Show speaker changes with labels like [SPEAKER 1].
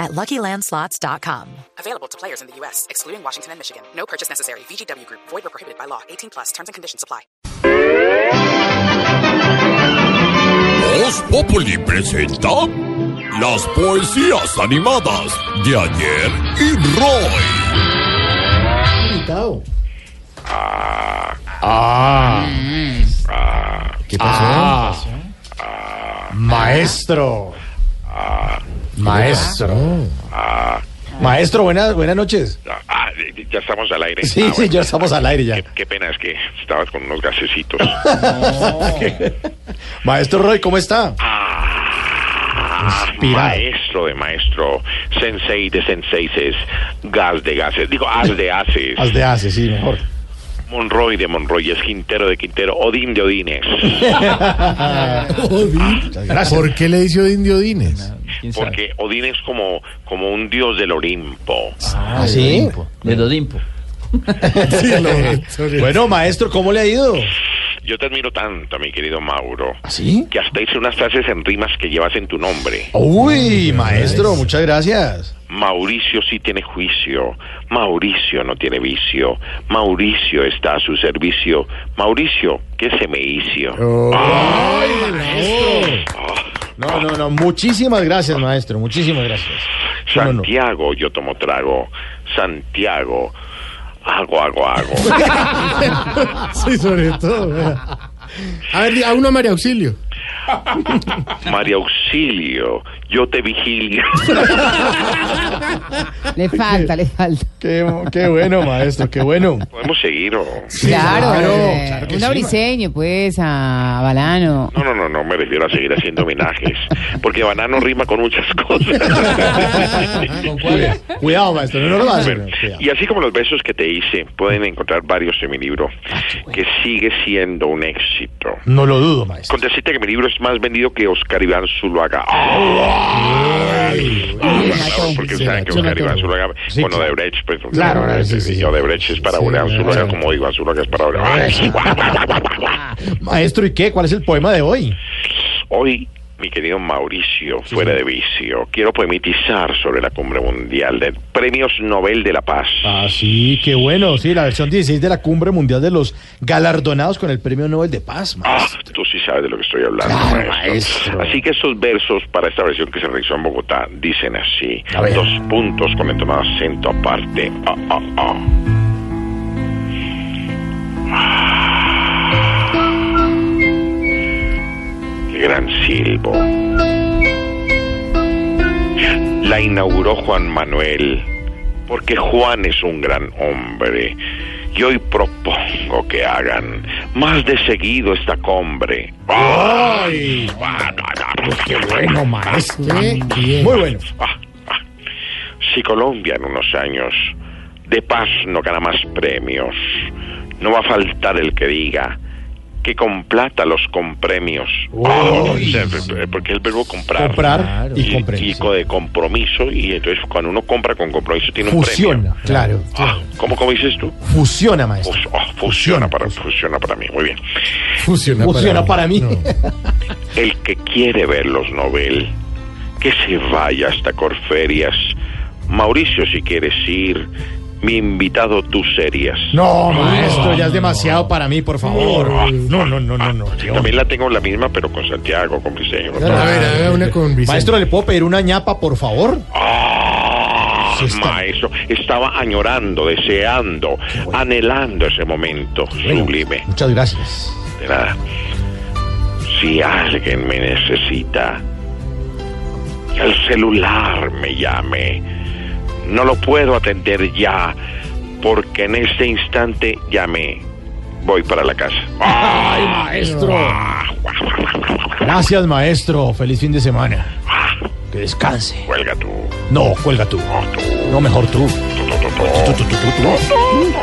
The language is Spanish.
[SPEAKER 1] at luckylandslots.com.
[SPEAKER 2] Available to players in the U.S., excluding Washington and Michigan. No purchase necessary. VGW Group, void or prohibited by law. 18 plus terms and conditions apply.
[SPEAKER 3] Voz Populi presenta las poesías animadas de ayer y Roy.
[SPEAKER 4] invitado. Ah.
[SPEAKER 5] ¿Qué pasó?
[SPEAKER 4] Maestro.
[SPEAKER 5] Maestro.
[SPEAKER 4] Maestro, buenas, buenas noches.
[SPEAKER 6] Ah, ya estamos al aire.
[SPEAKER 4] Sí,
[SPEAKER 6] Ah,
[SPEAKER 4] sí,
[SPEAKER 6] bueno.
[SPEAKER 4] ya estamos al aire ya.
[SPEAKER 6] Qué, qué pena, es que estabas con unos gasecitos.
[SPEAKER 4] Maestro Roy, ¿cómo está?
[SPEAKER 5] Ah.
[SPEAKER 4] Inspirado.
[SPEAKER 6] Maestro de maestro, sensei de senseises, gas de gases, digo, as de ases,
[SPEAKER 4] Haz de hace, sí, mejor.
[SPEAKER 6] Monroy de Monroyes, Quintero de Quintero, Odín de Odines.
[SPEAKER 5] ¿Por qué le dice Odín de Odines?
[SPEAKER 6] Porque Odín es como, como un dios del Olimpo.
[SPEAKER 4] ¿Ah, sí?
[SPEAKER 7] De Dodimpo.
[SPEAKER 5] pues.
[SPEAKER 4] Bueno, maestro, ¿cómo le ha ido?
[SPEAKER 6] Yo te admiro tanto, mi querido Mauro,
[SPEAKER 4] ¿Ah, ¿Sí?
[SPEAKER 6] que hasta hice unas frases en rimas que llevas en tu nombre.
[SPEAKER 4] Uy, maestro, muchas gracias.
[SPEAKER 6] Mauricio sí tiene juicio, Mauricio no tiene vicio, Mauricio está a su servicio, Mauricio, ¿qué se me hizo?
[SPEAKER 5] Oh.
[SPEAKER 4] No, no, no, muchísimas gracias, maestro, muchísimas gracias. ¿Cómo no?
[SPEAKER 6] Santiago, yo tomo trago, Santiago, hago, hago, hago.
[SPEAKER 5] Sí, sobre todo. A ver, a uno María Auxilio.
[SPEAKER 6] María Auxilio, yo te vigilio.
[SPEAKER 8] Le falta, le falta.
[SPEAKER 4] Qué, qué bueno, maestro, qué bueno.
[SPEAKER 6] ¿Podemos seguir o...?
[SPEAKER 8] claro,
[SPEAKER 4] claro,
[SPEAKER 8] eh,
[SPEAKER 4] claro que
[SPEAKER 8] un
[SPEAKER 4] sí,
[SPEAKER 8] abriseño, pues, a Balano.
[SPEAKER 6] No, no, no, no, me refiero a seguir haciendo homenajes, porque banano rima con muchas cosas.
[SPEAKER 4] Cuidado, maestro, no lo vas.
[SPEAKER 6] Bueno, y así como los besos que te hice, pueden encontrar varios en mi libro,
[SPEAKER 4] Ah,
[SPEAKER 6] que sigue siendo un éxito.
[SPEAKER 4] No lo dudo, maestro.
[SPEAKER 6] Con decirte que mi libro es más vendido que Oscar Iván Zuluaga.
[SPEAKER 4] Ah,
[SPEAKER 6] Claro, Porque
[SPEAKER 4] Sí,
[SPEAKER 6] saben que
[SPEAKER 4] macho,
[SPEAKER 6] Oscar
[SPEAKER 4] macho.
[SPEAKER 6] Iván Zuluaga
[SPEAKER 4] Sí,
[SPEAKER 6] con
[SPEAKER 4] claro.
[SPEAKER 6] Odebrecht, pues.
[SPEAKER 4] Claro, claro, sí, sí.
[SPEAKER 6] y Odebrecht es para
[SPEAKER 4] Sí,
[SPEAKER 6] Oleán
[SPEAKER 4] claro.
[SPEAKER 6] Zuluaga, como digo, Zuluaga es para Oleán. Guau, guau, guau, guau, guau.
[SPEAKER 4] Maestro, ¿y qué? ¿Cuál es el poema de hoy?
[SPEAKER 6] Hoy, mi querido Mauricio, fuera de vicio, quiero poemitizar sobre la cumbre mundial de premios Nobel de la Paz.
[SPEAKER 4] Ah, sí, qué bueno. Sí, la versión 16 de la Cumbre Mundial de los Galardonados con el Premio Nobel de Paz.
[SPEAKER 6] Ah,
[SPEAKER 4] maestro.
[SPEAKER 6] tú sí sabes de lo que estoy hablando,
[SPEAKER 4] Claro,
[SPEAKER 6] maestro.
[SPEAKER 4] maestro.
[SPEAKER 6] Así que estos versos para esta versión que se realizó en Bogotá dicen así:
[SPEAKER 4] A ver.
[SPEAKER 6] dos puntos con entonado acento aparte. Ah, ah, ah. Qué gran silbo. La inauguró Juan Manuel, porque Juan es un gran hombre. Y hoy propongo que hagan más de seguido esta cumbre.
[SPEAKER 4] ¡Ay! ¡Qué bueno, maestro! Muy bueno.
[SPEAKER 6] Ah, ah. Si Colombia en unos años de paz no gana más premios, no va a faltar el que diga que con plata los compremios. Ah,
[SPEAKER 4] Uy.
[SPEAKER 6] se- eh, porque el verbo comprar.
[SPEAKER 4] Comprar y comprar.
[SPEAKER 6] Y co- de compromiso, y entonces cuando uno compra con compromiso tiene un premio.
[SPEAKER 4] Fusiona, claro.
[SPEAKER 6] Ah, ¿Cómo, cómo dices tú?
[SPEAKER 4] Fusiona, maestro.
[SPEAKER 6] Fus- oh, fusiona, para, fusiona para mí, muy bien.
[SPEAKER 5] Funciona,
[SPEAKER 4] Fusiona para mí.
[SPEAKER 6] El que quiere ver los Nobel, que se vaya hasta Corferias. Mauricio, si quieres ir, mi invitado tú serías.
[SPEAKER 4] No, maestro, ya es demasiado para mí, por favor. No, no, no, no, no.
[SPEAKER 6] También la tengo la misma, pero con Santiago, con Briseño. con
[SPEAKER 5] A
[SPEAKER 6] todo.
[SPEAKER 5] ver, haga una con Vicente.
[SPEAKER 4] Maestro, ¿le puedo pedir una ñapa, por favor?
[SPEAKER 6] Ah,
[SPEAKER 4] Sí está.
[SPEAKER 6] maestro, estaba añorando, deseando, anhelando ese momento sublime.
[SPEAKER 4] Muchas gracias.
[SPEAKER 6] De nada. Si alguien me necesita, que el celular me llame. No lo puedo atender ya, porque en este instante ya me voy para la casa. ¡Ay, maestro!
[SPEAKER 4] Gracias, maestro. Feliz fin de semana. Que descanse.
[SPEAKER 6] Cuelga tú.
[SPEAKER 4] No, cuelga tú.
[SPEAKER 6] tú,
[SPEAKER 4] No, mejor tú.
[SPEAKER 6] tú, tú, tú, tú.